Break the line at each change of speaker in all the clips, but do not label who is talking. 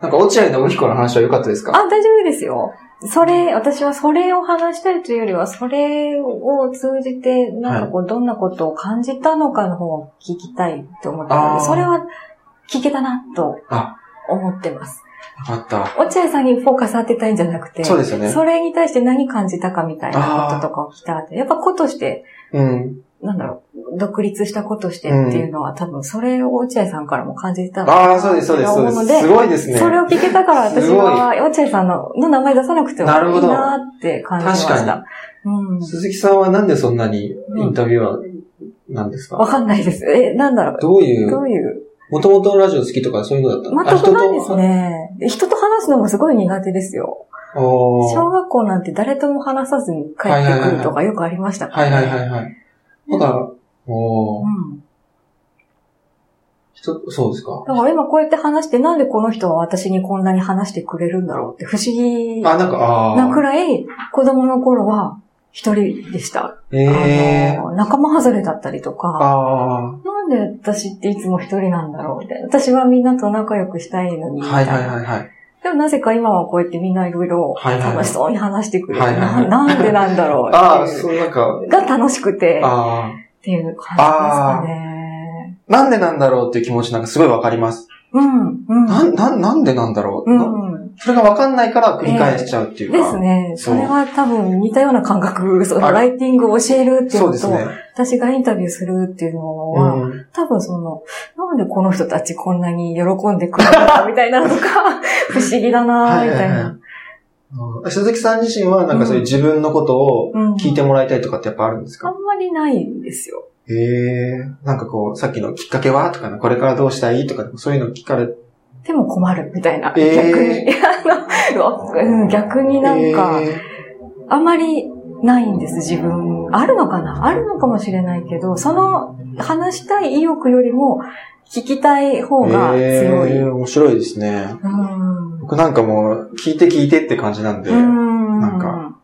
か落合信彦の話は良かったですか
あ、大丈夫ですよ。それ、私はそれを話したいというよりは、それを通じて、なんかこう、どんなことを感じたのかの方を聞きたいと思ったの
あー
で、それは聞けたなと
あ
思ってます。
よかった。
落合さんにフォーカス当てたいんじゃなくて、
そうですよね。
それに対して何感じたかみたいなこととかを聞きたい。やっぱ子として、
うん。
なんだろう、独立した子としてっていうのは、多分それを落合さんからも感じてたの
ああ、そうです、そうです、
と
そうで
思うの
す。すごいですね。
それを聞けたから
すごい
私は、落合さんのの名前出さなくてもいい
なるほど
なって感じました。
確か
うん。
鈴木さんはなんでそんなにインタビュアーなんですか、
わかんないです。え、なんだろう。
どうい
ど
う、
ういう。
もともとのラジオ好きとかそういうのだったの
全くないで
あ
すね。で人と話すのもすごい苦手ですよ。
人とお
小
ー
学校なんて誰とも話さずに帰ってくるとかよくありましたか
はい
ら、ね。
はいはいはい。だから、おー
うん。
人、そうですか。
だから今こうやって話して、なんでこの人は私にこんなに話してくれるんだろうって不思議
あ、
な
なんか、ああ。
くらい、子供の頃は一人でした。
ええ
あ
ー。
の仲間外れだったりとか、
あ
なんで私っていつも一人なんだろうみたいな。私はみんなと仲良くしたいのに。
あ。
み
は
た
い
いな
はいはいはい。
でもなぜか今はこうやってみんないろいろ
はいはいはい
楽しそうに話してくれる。
はいはいはい
ななんでなんだろう
ああ、
っていう
そうなんか、
が楽しくてっ
ああ。
ていう感じですかね。
なんでなんだろうっていう気持ちなんかすごいわかります。
うん、うん。
なん、なん、なんでなんだろう、な
うん。
それがわかんないから繰り返しちゃうっていうか。
ですね。
そう
それは多分似たような感覚、そ
あ
のライティングを教えるっていう
そう
の
です
と、
ね。
私がインタビューするっていうの
う
は、
ん。
多分その、なんでこの人たちこんなに喜んでくれるのかみたいなのが 不思議だなみたいな。
うん鈴木さん自身はなんかそういう自分のことを
うん
聞いてもらいたいとかってやっぱあるんですか、
あんまりないんですよ。
へえ。なんかこう、さっきのきっかけはとか、これからどうしたいとか、そういうの聞かれて。
でも困るみたいな。
えー
逆に あのうん。逆になんか、
へ
あんまりないんです、自分。あるのかなあるのかもしれないけど、その話したい意欲よりも聞きたい方
え
が強い。
へえ面白いですね。
うん。
僕なんかもう、聞いて聞いてって感じなんで。
うん。
なんか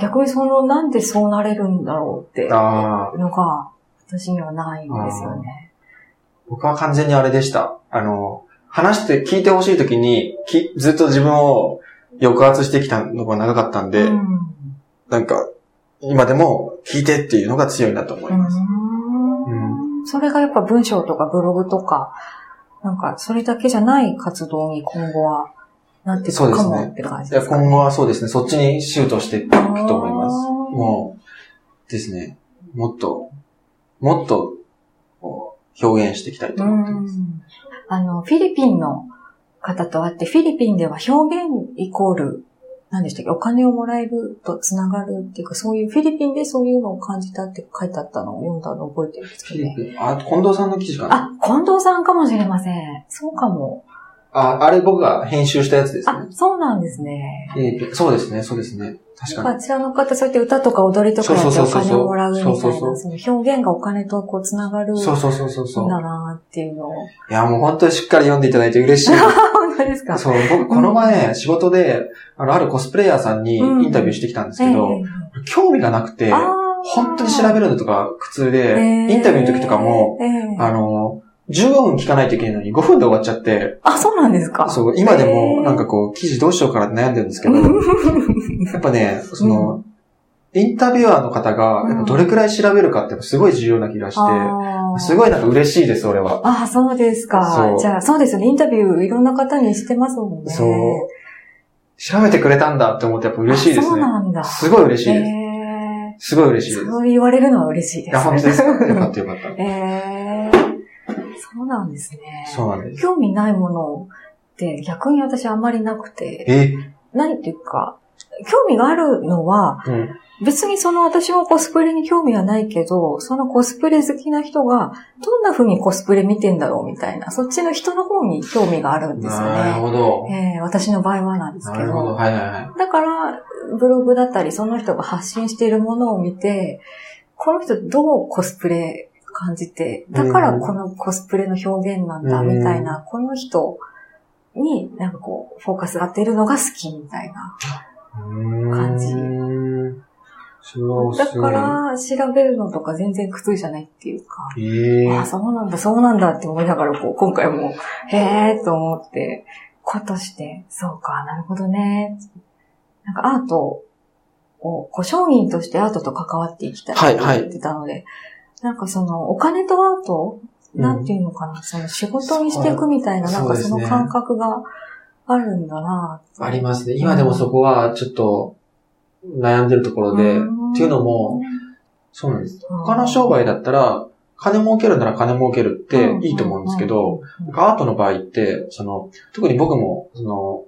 逆にその、なんでそうなれるんだろうって。
ああ。
のが、私にはないんですよね。
僕は完全にあれでした。あの、話して、聞いてほしいときにき、ずっと自分を抑圧してきたのが長かったんで、
うん
なんか、今でも聞いてっていうのが強いなと思います。
うんそれがやっぱ文章とかブログとか、なんかそれだけじゃない活動に今後はなっていく
そうで
か
すね
もって感じ
い
で
や
すか
今
ね。
後はそうですね、そっちにシュートしていくと思います。
あー
もう、ですね、もっと、もっと、こう表現していきたいと思ってます。
うんあの、フィリピンの方と会って、フィリピンでは表現イコール、何でしたっけ、お金をもらえるとつながるっていうか、そういう、フィリピンでそういうのを感じたって書いてあったのを読んだのを覚えてるんです
フ
けどね
ィ。リピンあ、近藤さんの記事かな
あ、近藤さんかもしれません。そうかも。
あ、あれ僕が編集したやつです
あ
ね、。
そうなんですね。
フィリピンそうですね、そうですね。確かに。
あちらの方、そうやって歌とか踊りとかやって
そう
お
そうそう
金
そう
をもらうみたいな、
そうそうそう
その表現がお金とこう繋がるん
そう
だ
そうそうそうそう。
なっていうのを。
いや、もう本当にしっかり読んでいただいて嬉しい。
本当ですか
そう、僕、この前、仕事で、あの、あるコスプレイヤーさんにイ
うん
ンタビューしてきたんです
え
け
え
ど、興味がなくて、本当に調べるのとか苦痛で、インタビューの時とかも、、
あーええ
あの、15分聞かないといけないのに5分で終わっちゃって、
あ、そうなんですか
そう、今でも
えー
なんかこう、記事どうしようかなって悩んでるんですけど、やっぱね、その、インタビュアーの方が、やっぱどれくらい調べるかってやっぱすごい重要な気がして、
あー
すごいなんか嬉しいです、俺は。
あー、そうです
そ
か
う。
じゃあ、そうですよね。インタビューいろんな方にしてますもんね。
そう。調べてくれたんだって思ってやっぱ嬉しいで
あそ
す
う
ね。
なんだ。
すごい嬉しいです。
え
すごい嬉しいです。
ー
い
そう言われるのは嬉しいです。
や、本当ですか。よかったよかった。
ええそうなんですね。
そうなんです。
興味ないものって逆に私あんまりなくて、
え、
何っていうか、興味があるのは、
うん。
別にその私もコスプレに興味はないけど、そのコスプレ好きな人が、どんな風にコスプレ見てんだろうみたいな、そっちの人の方に興味があるんですよ
なる
ね。
ほど。
ええ私の場合はなんですけ
なるほど。はいはいはい。
だから、ブログだったり、その人が発信しているものを見て、この人どうコスプレ感じて、だからこのコスプレの表現なんだ、
うん
みたいな、この人になんかこう、フォーカス当てるのが好きみたいな。感じ
うーん。そう、
だ
すご
か
い。
ら、調べるのとか全然苦痛じゃないっていうか、
ええ
ああ、そうなんだ、そうなんだって思いながら、こう、今回も、へえーと思って、ことして、そうか、なるほどね。なんかアートを、こう商品としてアートと関わっていきたい
はい
って
はい
言ってたので、なんかそのお金とアート、
うん
なんていうのかな、その仕事にしていくみたいな、
そ
な
うん
か
そうです
そ
ね
の感覚があるんだな
ありますね。今でもそこはちょっと悩んでるところで、
うん
っていうのも、そうなんです。
うん
他の商売だったら、金儲けるなら金儲けるっていいと思うんですけど、、
うんうんうん
アートの場合って、その、特に僕も、その、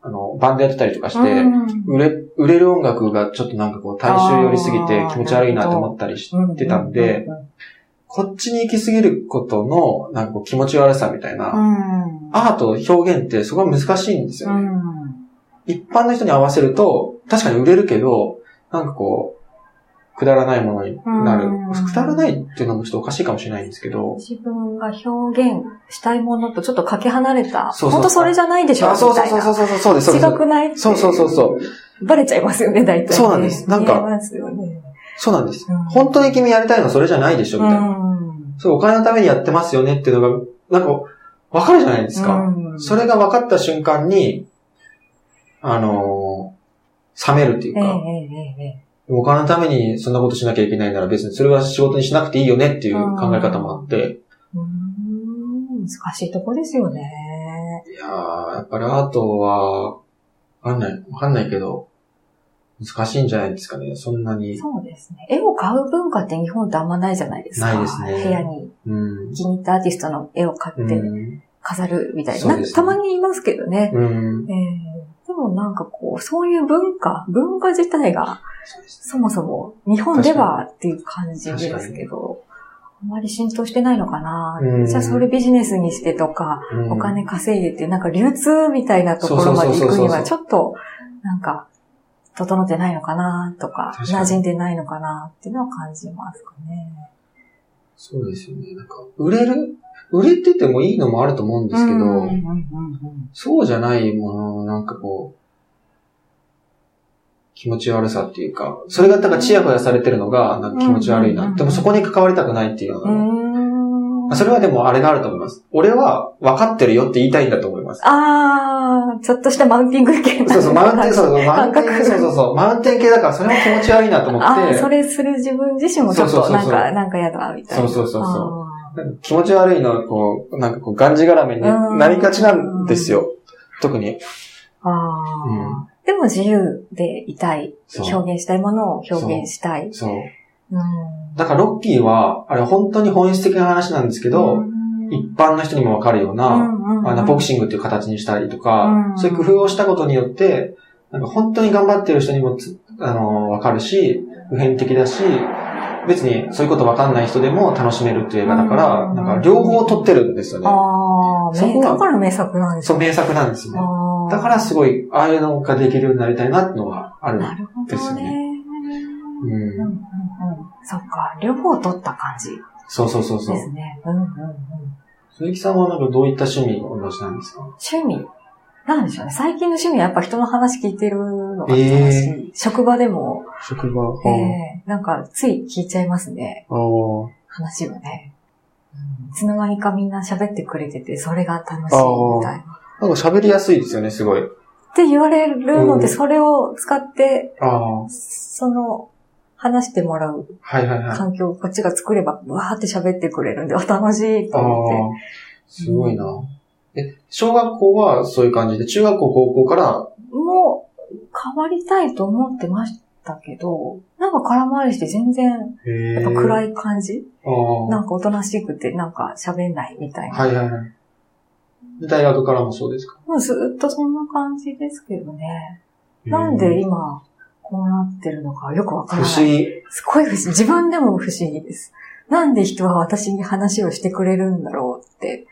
あの、バンドやってたりとかし
う
て、
ん
売れ、売れる音楽がちょっとなんかこう、大衆寄りすぎて
あー
気持ち悪いなと思ったりして、てたんで、こっちに行き過ぎることの、なんかこう、気持ち悪さみたい
うんう
な、
ん
アート表現ってそこは難しいんです
う
よね。
ん
一般の人に合わせると、確かに売れるけど、なんかこう、くだらないものになる
うん。
くだらないっていうのもちょっとおかしいかもしれないんですけど、
自分が表現したいものとちょっとかけ離れた、
そうそう
本当それじゃないでしょ
あ、そう
み
そう
たい
そう
な。
そうそう、そうです、そうです
違。くないってい
そうそうそうそう。
バレちゃいますよね、大体ね。
そうなんですなんか
見えますよね。
そうなんです
うん。
本当に君やりたいのはそれじゃないでしょ、みたいな。
うん。
そう、お金のためにやってますよねっていうのが、なんか、わかるじゃないですか。
うん
それが分かった瞬間に、あのー冷めるっていう
えええ
か、
えええ
お金のためにそんなことしなきゃいけないなら別にそれは仕事にしなくていいよねっていう考え方もあって、
うん難しいとこですよね。
いやー、やっぱりアートは、わかんない、わかんないけど、難しいんじゃないですかね、そんなに。
そうですね。絵を買う文化って日本ってあんまないじゃないですか。
ないですね
部屋に
うん。
気に入ったアーティストの絵を買
う
って
ん。
飾るみたいな。
そう
な
で
ん
すね
かたまにいますけどね。
うん。
えーでもなんかこう、そういう文化、文化自体が、
そうです
そもそも日本ではっていう感じですけど、あまり浸透してないのかな
うん。
じゃあそれビジネスにしてとか、
うん
お金稼いでって、なんか流通みたいなところまで行くには、ちょっと、なんか、整ってないのかなとか、
確かに
馴染んでないのかなっていうのは感じますかね。
そうですよね。なんか、売れる売れててもいいのもあると思うんですけど、
うんうんうんうん
そうじゃないものの、なんかこう、気持ち悪さっていうか、それが、だから、チヤホヤされてるのが、なんか気持ち悪いな。
うん
でも、そこに関わりたくないっていうの
う
が、
ん。うーん
それはでも、あれがあると思います。俺は、分かってるよって言いたいんだと思います。
あー、ちょっとしたマウンティング系
そうそう、マウンテン、そうそう、マウ
感
ンテ
覚
ン、そうそうそう、マウンテン系だから、それも気持ち悪いなと思
あ
っ
あ、
て
そ、れする自分自身もちょっ
そうそうそ
と、
う
なん
そう
か、なんかやだ、みたいな。
そうそうそうそう
あ
なんか気持ち悪いのは、こう、なんかこう、がんじがらめになりがちなんですよ。特に。
ーあー。でも自由でいたい。
そう。
表現したいものを表現したい。
そう。
うん
だから、ロッキーは、あれ、本当に本質的な話なんですけど、、一般の人にもわかるような、あの、ボク
ン
シングっていう形にしたりとか
う、ん
そういう工夫をしたことによって、なんか本当に頑張ってる人にもつ、あの、わかるし、普遍的だし、別にそういうことわかんない人でも楽しめるっていう映画だから、
うん
なんか両方撮ってるんですよね。
ああ、
そ
め
こは
だから名作なんです
そう、名作なんですね。だからす
い。
ごい、ああいうのができるようになりたいなってのがある。
なるほ
です
ど
よね
ね。
う
うんうんうん
ん。
そっか、両方取った感じ
そうそうそうそう
で。すね。うんうんうん
鈴木さんはなんかどういった趣味がお持ちなんですか
趣味なんでしょうね。最近の趣味はやっぱ人の話聞いてるのが楽しい。
え
職場でも、
職場。
ええなんかつい聞いちゃいますね。
あー
話をね。いつの間にかみんな喋ってくれてて、それが楽しいみたいな。
なんか喋りやすいですよね、すごい。
って言われるの
う
で、
ん
それを使って、
ああ。は
その、話してもらう
いはいはい。あ
環境をこっちが作れば、わーって喋ってくれるんで、あ楽しいと
あ
思っ
ー。すごいな。え、小学校はそういう感じで、中学校、高校から、
て。もう、変わりたいと思ってましたけど、なんか空回りして全然、
へ
やっぱ
い。
暗い感じ
ああ。
なんかおとなしくて、なんか喋んないみたいな。
はいはいはい。で大学からもそうですか
もうずっとそんな感じですけどね。なんで今、こうなってるのかよくわか
不
らない。
思議。
すごい不思議。自分でも不思議です。なんで人は私に話をしてくれるんだろうって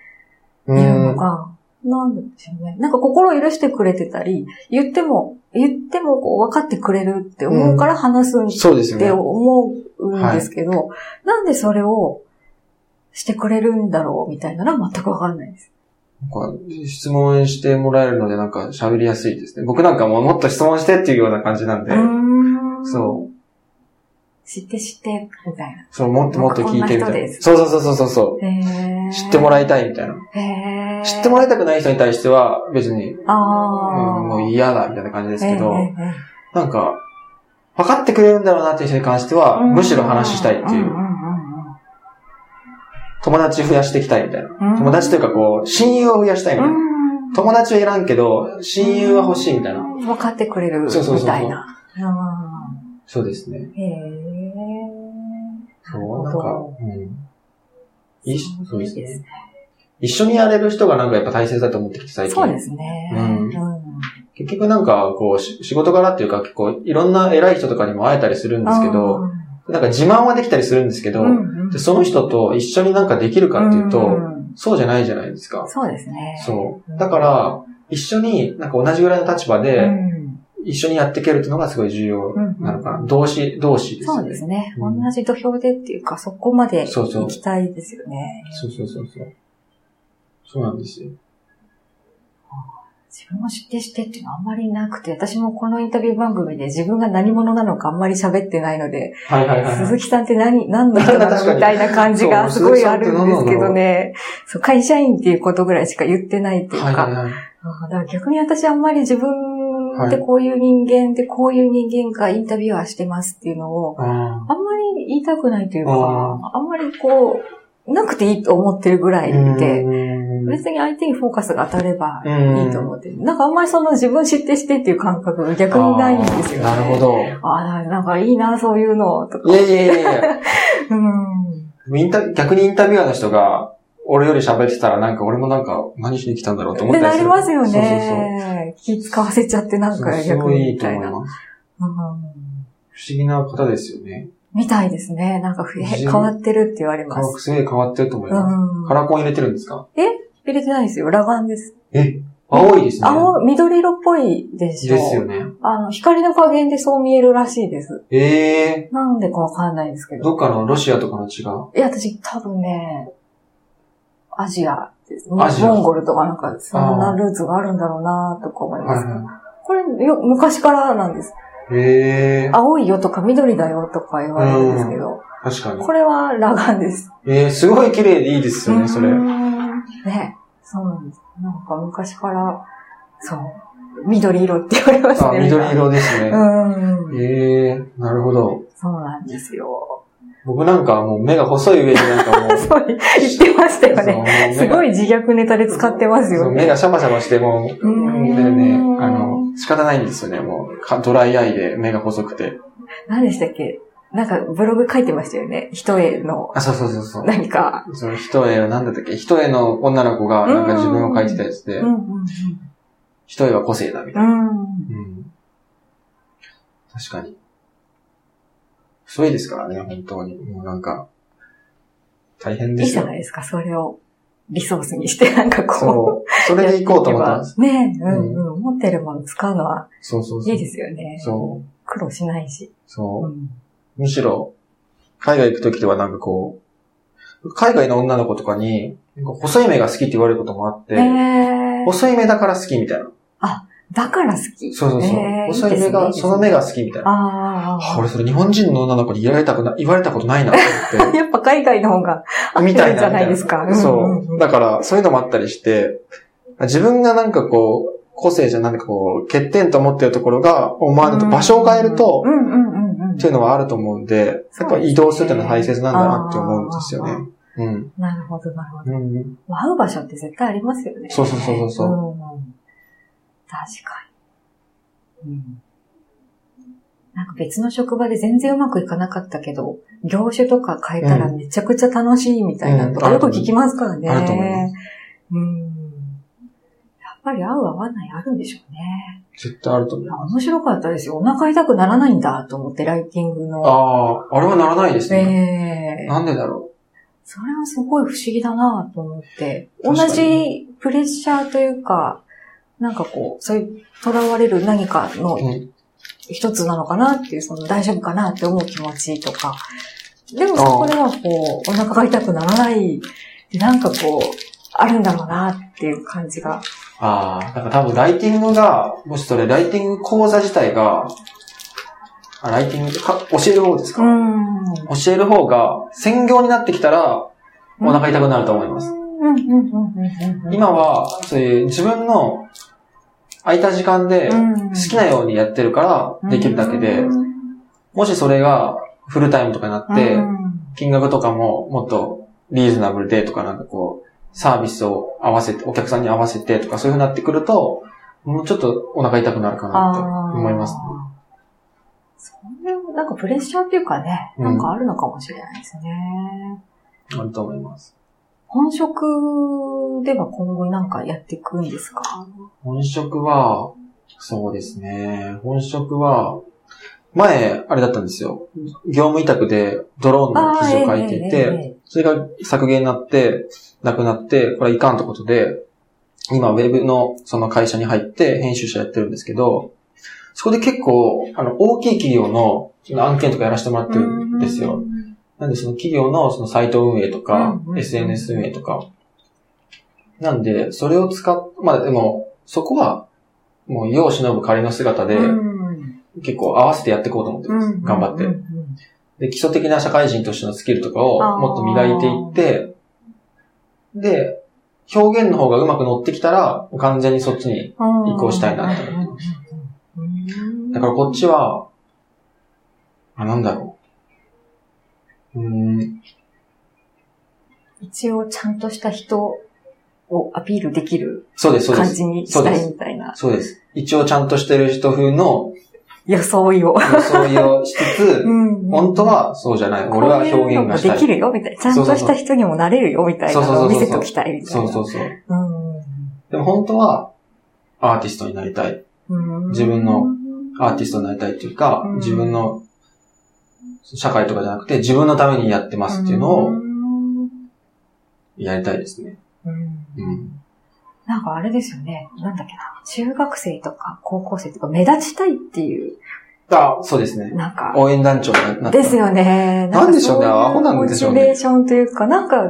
う
いうの
ん。
が、なんでしょうね。なんか心を許してくれてたり、言っても、言ってもこう分かってくれるって思うから話すん
そうです
っ
よ
て
ね。
思うんですけど、なんでそれをしてくれるんだろうみたいなのは全くわからないです。
なんか質問してもらえるので、なんか喋りやすいですね。僕なんかもうもっと質問してっていうような感じなんで。
うーん
そ
知って知って、みたいな。
そう、もっともっと聞いてみ
僕こんな人
たい
で
な。
す
そうそうそうそうそう。
へ
知ってもら
い、
いたいみたいな。
へー
知ってもらいたくない人に対しては、別に、
あ
うん
あ、
もう嫌だみたいな感じですけど、
ええええ
なんか、分かってくれるんだろうなっていう人に関しては、むしろ話したいってい
んん
う、
ん
友達増やしていきたいみたいな。
うん
友達というかこう、親友を増やしたいみ
う
たいな。
ん
友達はいらんけど、親友は欲しいみたいな。
分かってくれるみ
そうそうそうそう
たいな。うん
そうですね。
へえ。
そう、なんか、うん。いいし
そうですね。
一緒にやれる人がなんかやっぱ大切だと思ってきて最近。
そうですね。
うん
うん
結局なんか、こう、し仕事柄っていうか、結構、いろんな偉い人とかにも会えたりするんですけど、、なんか自慢はできたりするんですけ
う
ど、
んうん
でその人と一緒になんかできるかっていうと、
うん
そうじゃないじゃないですか。
そうですね。
そう。だから、一緒に、なんか同じぐらいの立場
う
で、
ん
一緒にやっていけるっていうのがすごい重要
うん
なのかな。同志、同志ですね。
そうですね。
うん
同じ土俵でっていうか、そこまで
そうそう
行きたいですよね。
そうそうそうそう。そうなんですよ。
自分を知ってしてっていうのはあんまりなくて、私もこのインタビュー番組で自分が何者なのかあんまり喋ってないので、
はいはいはいはい。
鈴木さんって何、何の人な
確か
の
に
みたいな感じが
そ
す
う
ごいあるん
鈴木さ
で
ん
す
って何
け
な
ど
の
ね。そう会社員っていうことぐらいしか言ってないっていうか、
はいはいはい。
あーだから逆に私あんまり自分ってこういう人間でこういう人間がインタビュアーしてますっていうのを、
あ
あんまり言いたくないというか、
あ
あんまりこう、なくていいと思ってるぐら
あ。
いで、
うん
別に相手にフォーカスが当たれば
うん
いいと思ってる、なんかあんまりその自分知ってしてっていう感覚が逆にないんですよね。
あーなるほ。ど。
ああ、なんかいいな、そういうの、とか。
いやいやいやいや。
うん。
インタ 逆にインタビュアーの人が、俺より喋ってたら、なんか俺もなんか何しに来たんだろうと思っ
で、
たり
な
す
り
る。
ますよね。気使わせちゃってな
そ
ん
うそうそう。そう
か
す
逆
ごいい
に
い
み
と
たい
思い
な。
ます。
うん
不思議な方ですよね。
みたいですね。なんかふへ変わってるって言われます。
すげえ変わってると思いうます。
ん。
カラコン入れてるんですか
入れてないですよ。裸眼です。
え、青いですね。
青、緑色っぽいでしょ。
ですよね。
あの、光の加減でそう見えるらしいです。
ええ
なんでかわかんないですけ
ー、
ど。
どっかのロシアとかの違う。
いや、私多分ね、アジアですね。
アジア
モンゴルとかなんか、そんなルーツがあるんだろうなとか思い
は
ます。
い
これよ、昔からなんです。
はい。ええー、
青いよとか緑だよとか言われるんですけど、
確かに。
これは裸眼です。
ええー、すごい綺麗でいいですよね、それ。
うー
うん
ね、そうなんです。なんか昔から、そう、緑色って言われますね。
あ、緑色です
み
ね
ん。な。うん。
ええー、なるほど。
そうなんですよ。
僕なんかもう目が細い上になんかもう、
そう、言ってましたよね。すご
い
い自虐ネタで使ってますよ
目
ね。
がシャバシャバして、もう、
うーん
もうね、あの、仕方ないんですよね、もうか、ドライアイで目が細くて。
何でしたっけなんかブログ書いてましたよね。一重の
あ、そうそうそうそう。
何か。
その一重は何だったっけ一重の女の子がなんか自分を描いてたやつで
う、んうん
一重は個性だ、みた
う
いな。
ん。
うん。確かに。細いですからね、本当に。もうなんか、大変
い
で
い
す
じゃ
よ
な。いですか。それをリソースにして、なんかこう。
そう。それで行こうと思ったんです。
ねうんうん。持ってるもの使うのは
そうそうそう。
いいですよね。
そう。
苦労しないし。
そう。
うん
むしろ、海外行くときではなんかこう、海外の女の子とかに、なんか細い目が好きって言われることもあって、
へえ
細い目だから好きみたいな。
だから好き。
そうそうそう。
へー
細い目が、その目。が好きみたい
あ
な。
あ
あ俺それ日本人の女の子に言われたくな、言われたことないなと思っ
ー。やっぱ海外の方が
て、みたいな。
じゃないですか
みたいな
うんうんうん
そう。だから、そういうのもあったりして、自分がなんかこう、個性じゃなんかこう、欠点と思ってるところが、思わぬと場所を変えると
う、んうんうんうん
っていうのはあると思うんで、やっぱ移動するっていうのは大切なんだなって思うんですよ
あ
ね。うん。
なるほど、なるほど。
うん、
会う場所って絶対ありますよね。
そうそうそうそうそう
うんうん確かに。うんなんか別の職場で全然うまくいかなかったけど、業種とか変えたらめちゃくちゃ楽しいみたいなのとか、
うん
よく聞きますからね。
あると思いま
うん。やっぱり合う合わないあるんでしょうね。
絶対あると思う。
面白かったですよ。お腹痛くならないんだと思って、ライティングの。
ああ、あれはならないですね。
ねえ
なんでだろ
それはすごい不思議だなと思って、同
確かに
じプレッシャーというか、なんかこう、そういう囚われる何か
う。
の
うん
一つなのかなっていう、その大丈夫かなって思う気持ちとか。でもそこではこう、お腹が痛くならない、なんかこう、あるんだろうなっていう感じが。
ああ、なんか多分ライティングが、もしそれライティング講座自体が、あライティングってか、教える方ですか、
うん。
教える方が、専業になってきたら、お腹痛くなると思います
うん。うん、うん、うんうん、うん。
今は、そういう自分の空いた時間で、
うん、
好きなようにやってるから、できるだけで、もしそれがフルタイムとかになって、金額とかももっとリーズナブルでとかなんかこう、サービスを合わせて、お客さんに合わせてとかそういう風になってくると、もうちょっとお腹痛くなるかなっ思
思
いますね
そういう、なんかプレッシャーっていうかね、
うん
なんかあるのかもしれないですね。
て、あると思います。
本職では今後なんかやっていくんですか
本職は、そうですね。本職は、前、あれだったんですよ。業務委託でドローンの
ああ
記事を書いていて、
え
それが削減になって、なくなって、これはいかんってことで、今ウェブのその会社に入って編集者やってるんですけど、そこで結構、あの、大きい企業のその案件とかやらせてもらってるんですよ。。なんでその企業のそのサイト運営とか
うんう、ん
SNS 運営とか。なんで、それを使っ、まあでも、そこは、もう、世を忍ぶ仮の姿
え
で、結構合わせてやっていこうと思ってます。頑張って。で、基礎的な社会人としてのスキルとかを
あー
もっと磨いていって、で、表現の方がうまく乗ってきたら、完全にそっちに。移
移
行したいなと思ってます。だからこっちは、あ、なんだろう。うーん、
一応ちゃんとした人をアピールできる
そうです、そうで
感
す。
じにしたいみたいな
そうです。一応ちゃんとしてる人風の
装いを。
装いをしつつ、本
本
当、はそうじゃない。俺は表現がした
こういうのもでき
い。
るよみたいな。ちゃんとした人にもなれるよみたいなのを見せておきたいみたい
そ
な。
うそうそう。
うん
でも本当は、アーティストになりたい。
うん
自分のアーティストになりたいっていうか、
うん
自分の社会とかじゃなくて自分のためにやってますっていうの
う
を
ん
やりたいですね。
うん
うん。
なんかあれですよね。なんだっけな。中学生とか高校生とか目立ちたいっていう、
あ、そうですね。
なんか、
応援団長になった。
ですよね。
なんでしょうね
かそい
アホなんでしょうね
モチベーションというか、なんか、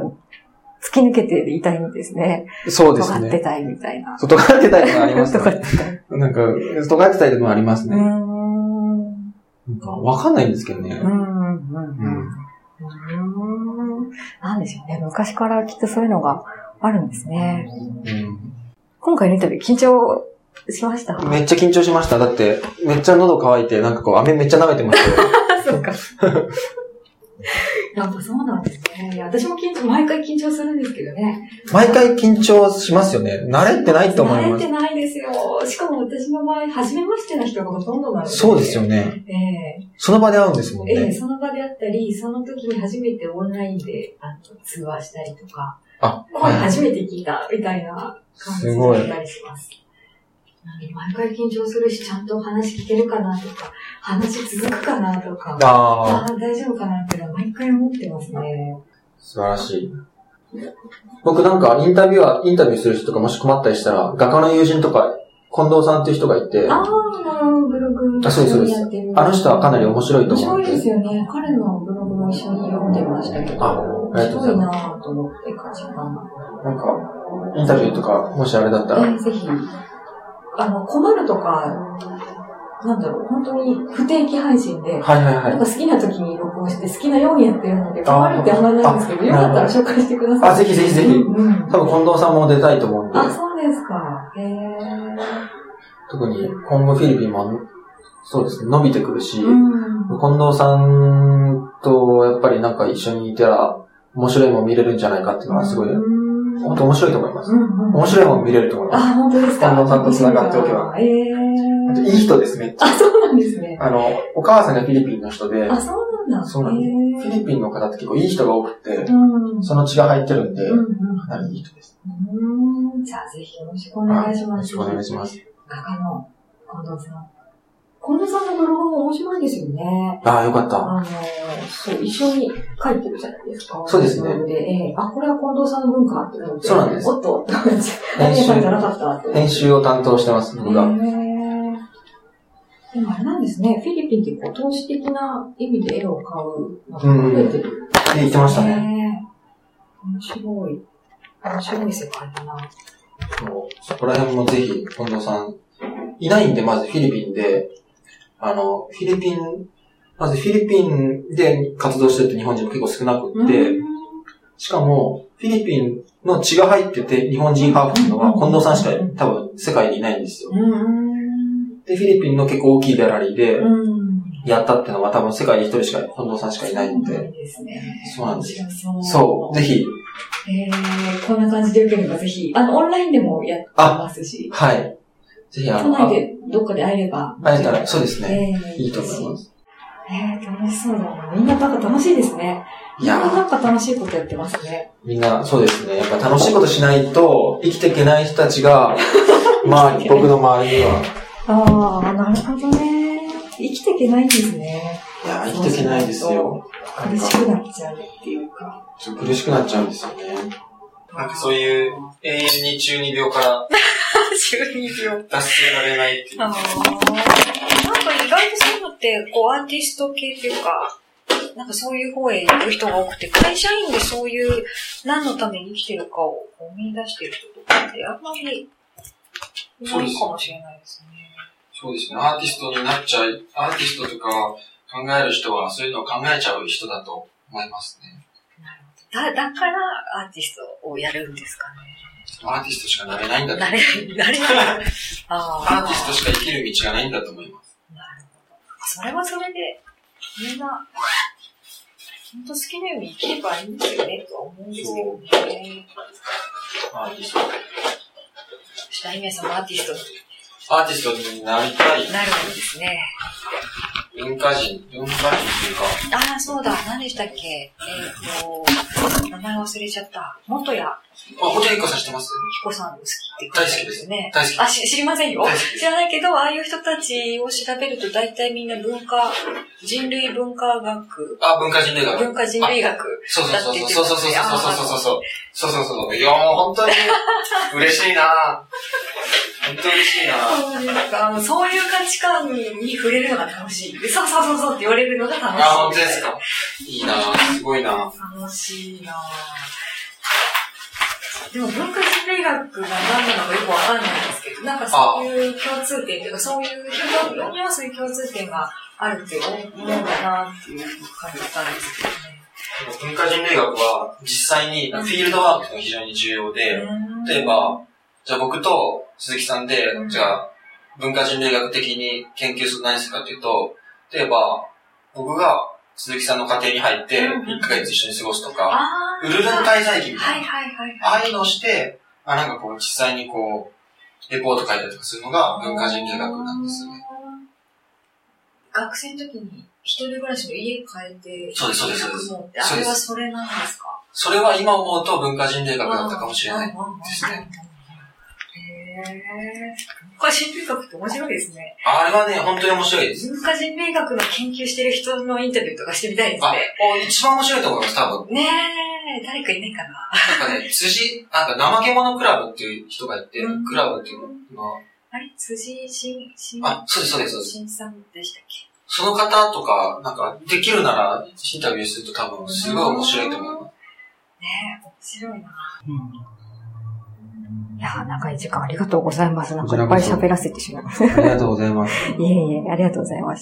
突き抜けていたいんですね。
そうです
尖って
ね。
たいみたいな。
そう尖ってたりとかあります
尖っ
ね。
てたい。
なんか、尖ってたりとかもあります
うー
ね。
ん。う
なんか、わかんないんですけどね。
んうんうんうん。うーんなんですよね。昔からきっとそういうのがあるんですね。
うん
今回のインタビュー緊張し ました
めっちゃ緊張しました。だって、めっちゃ喉乾いて、なんかこう、飴めっちゃ舐めてましたよ。
そうか。やっぱそうなんですね。いや、私も緊張、毎回緊張するんですけどね。
毎回緊張しますよね。慣れてないと思い
慣
ま
れて
す。
ないですよ。しかも私の場合、初めましてな人がほとんどなんで。
そうです
よ。
よね。
ええ
その場で会うんですもん
ええ
ね。
その場であったり、その時に初めてオンラインであの通話したりとか、
あ、
声
はい。
初めて聞いたみたいな感じ
すごい
だったりします。なので毎回緊張するし、ちゃんと話聞けるかなとか、話続くかなとか。
あー
ああ、大丈夫かなっていうのは毎回思ってますね。
素晴らしい。僕なんかインタビュアー、インタビューする人とかもし困ったりしたら、画家の友人とか、近藤さんっていう人がいて、
ああ、ブログ
あそうですそうです
やってみ
あの人はかなり
面
面白いと思
白
う
い
んで。
ですよね。彼のブログも一緒に読んでましたけど。。
あありがとうございます
いなと思って感じたな。
なんか、インタビューとか、もしあれだった
え
ら、
ーぜひ。あの、困るとか、なんだろう、本当に不定期配信で、
はいはいは
なん
い。
か好きな時に録音して好きなようにやってるので、困るってあんまりないんですけど、
あ
よかったら紹介してください。
あ、ぜひぜひぜひ。
うんうん
多分近藤さんも出たいと思うんで、
あ、そうですか。へえ。
特に今後フィリピンも、そうですね、伸びてくるし、
うん
近藤さんとやっぱりなんか一緒にいたら、面白いもん見れるんじゃないかっていうのはすごい、
うん
本当面白いと思います。
うんうん
面白いもん見れると思います。
あ、本当ですか。
近藤さんと繋がっておけば。
ええ
あといい人ですね。
あ、そうなんですね。
あの、お母さんがフィリピンの人で、
あ、そうなんだ。
そうなんでフ
え
ィリピンの方って結構いい人が多くて
え、うん。
その血が入ってるんで
う、ん
かなりいい人です。
うん。うん。じゃあ、ぜひよろしくお願いし
よ
ま
ろ
す。
しくお願いし
す。
ます。
画家の近藤さん。近藤さんのブログも面白いですよね。
ああ、よかった。
あの、そう、一緒に書いてるじゃないですか。
そうですね
ブログで、ええあ、これは近藤さんの文化って思って。
そうなんです
おっと、ダ
編
ニエさんじ
集、
ゃなかったって思って
編集を担当してます、僕
へ
が。
ーでもあれなんですね、フィリピンってこう投資的な意味で絵を買うのが増えてる。
で、行きましたね。
ね。面白い。面白い世界だな。
もうそこら辺もぜひ、近藤さん、いないんで、まずフィリピンで、あの、フィリピン
まずフィリピンで活動してるって日本人も結構少なくって、しかも、フィリピンの血が入ってて、日本人ハーフっていうのは、
うん
近藤さんしか多分世界にいないんですよ。
うん。
で、フィリピンの結構大きいギャラリーで
うん。
やったっていうのは多分世界に一人しか、近藤さんしかいないん
そうな
で。
んですね。
そうなんです
よ。
そう、ぜひ、
えー、こんな感じで受ければぜひ、あの、オンラインでもやってますし、
はい。ぜひ、あ
都
の、
内でどっかで会えれば。
会えたら、そうですね。
えー
いいと思います。
えー、楽しそうだな。みんななんか楽しいですね。
い
みんな
やー
なんか楽しいことやってますね。
みんな、そうですね。やっぱ楽しいことしないと、生きていけない人たち が、まあ、僕の周りには、
ああ、なるほどね。生きていけないんですね。
いやー、生きていけないですよ。なん
苦
か
し、くなっちゃうっていうか。
ちょっと苦しくなっちゃうんですよね。なんかそう いう、永遠に中二病から
中二病。
脱せられないっていう
あーなんか意外とそういうのって、こう、アーティスト系っていうか、なんかそういう方へ行く人が多くて、会社員でそういう、何のために生きてるかを見出してる人とかって、あんまり、いないかもしれないですね。
そうですね。アーティストになっちゃい、アーティストとか考える人はそういうのを考えちゃう人だと思いますね。
だ、だから、アーティストをやるんですかね。
アーティストしかなれないんだと
な
思
れ
い
な
ます。
い、なれない。 あ
アー
あ
ティストしか生きる道がないんだと思います。
それはそれで、みんな、本当好きなように生きればいいんですよね、とは思うんですけどね。
アーティスト。
大宮さんもアーティストに
アーティストになりたい
なるんですね。
文化人、文化人っていうか、
ああ、そうだ、何でしたっけ。えっ、と、名前忘れちゃった。元谷
あ、ホテイコさん知ってます
彦さん好きって感じですね。
大好き。
あ、し知りませんよ
大好。き
知らないけど、ああいう人たちを調べると大体みんな文化、人類文化学、
あ、文化人類学。
文化人類学。
そうそうそうそうそうそう
だって言ってますね
そうそうそうそうそうそうそうそうそういやもう本当 に嬉しいな本当に嬉しいな
そうですかあのそういう価値観に触れるのが楽しい。でそうそうそうそうって言われるのが楽しい。
あ、本当ですかいいなすごいな
楽しいなぁでも文化人類学が何なのかよくわかんないんですけど、なんかそういう共通点というか、そういう人にはそういう共通点があるって思うんだなっていう感じだったんです
文化人類学は実際にフィールドワークが非常に重要
け
で、
どね。
例えば、じゃあ僕と鈴木さんで
う、ん
じゃあ文化人類学的に研究すると何するかというと、例えば僕が鈴木さんの家庭に入って
うん
1ヶ月一緒に過ごすとか、
あー
ウルルン滞在期みた
はいい
な、
はいはい
あ
はい。
あいうのをして、あなんかこう実際にこう、レポート書いたりとかするのが文化人類学なんですよね。
学生の時に一人暮らしの家変えて、
そうですそうですそうです
住むのってあれはそれなんですか
それは今思うと文化人類学だったかもしれない。ですね
へー。文化人類学って面白いですね。
あれはね、本当に面白いです。
文化人類学の研究してる人のインタビューとかしてみたいです
あ
ね。、
一番面白いと思います、多分。
ねえ、誰かいないかな。
なんかね、辻、なんか怠け者クラブっていう人がいて、
うん
クラブっていうのは、
あれ辻新、新、
あ、そうです、そうです、そうです。
新さんでしたっけ
その方とか、なんか、できるなら、インタビューすると多分、すごい面白いと思います。
ねえ、面白いな。いやー長い時間ありがとうございます。なんかいっぱい喋らせてしまいました。
ありがとうございます。
いえいえ、ありがとうございました。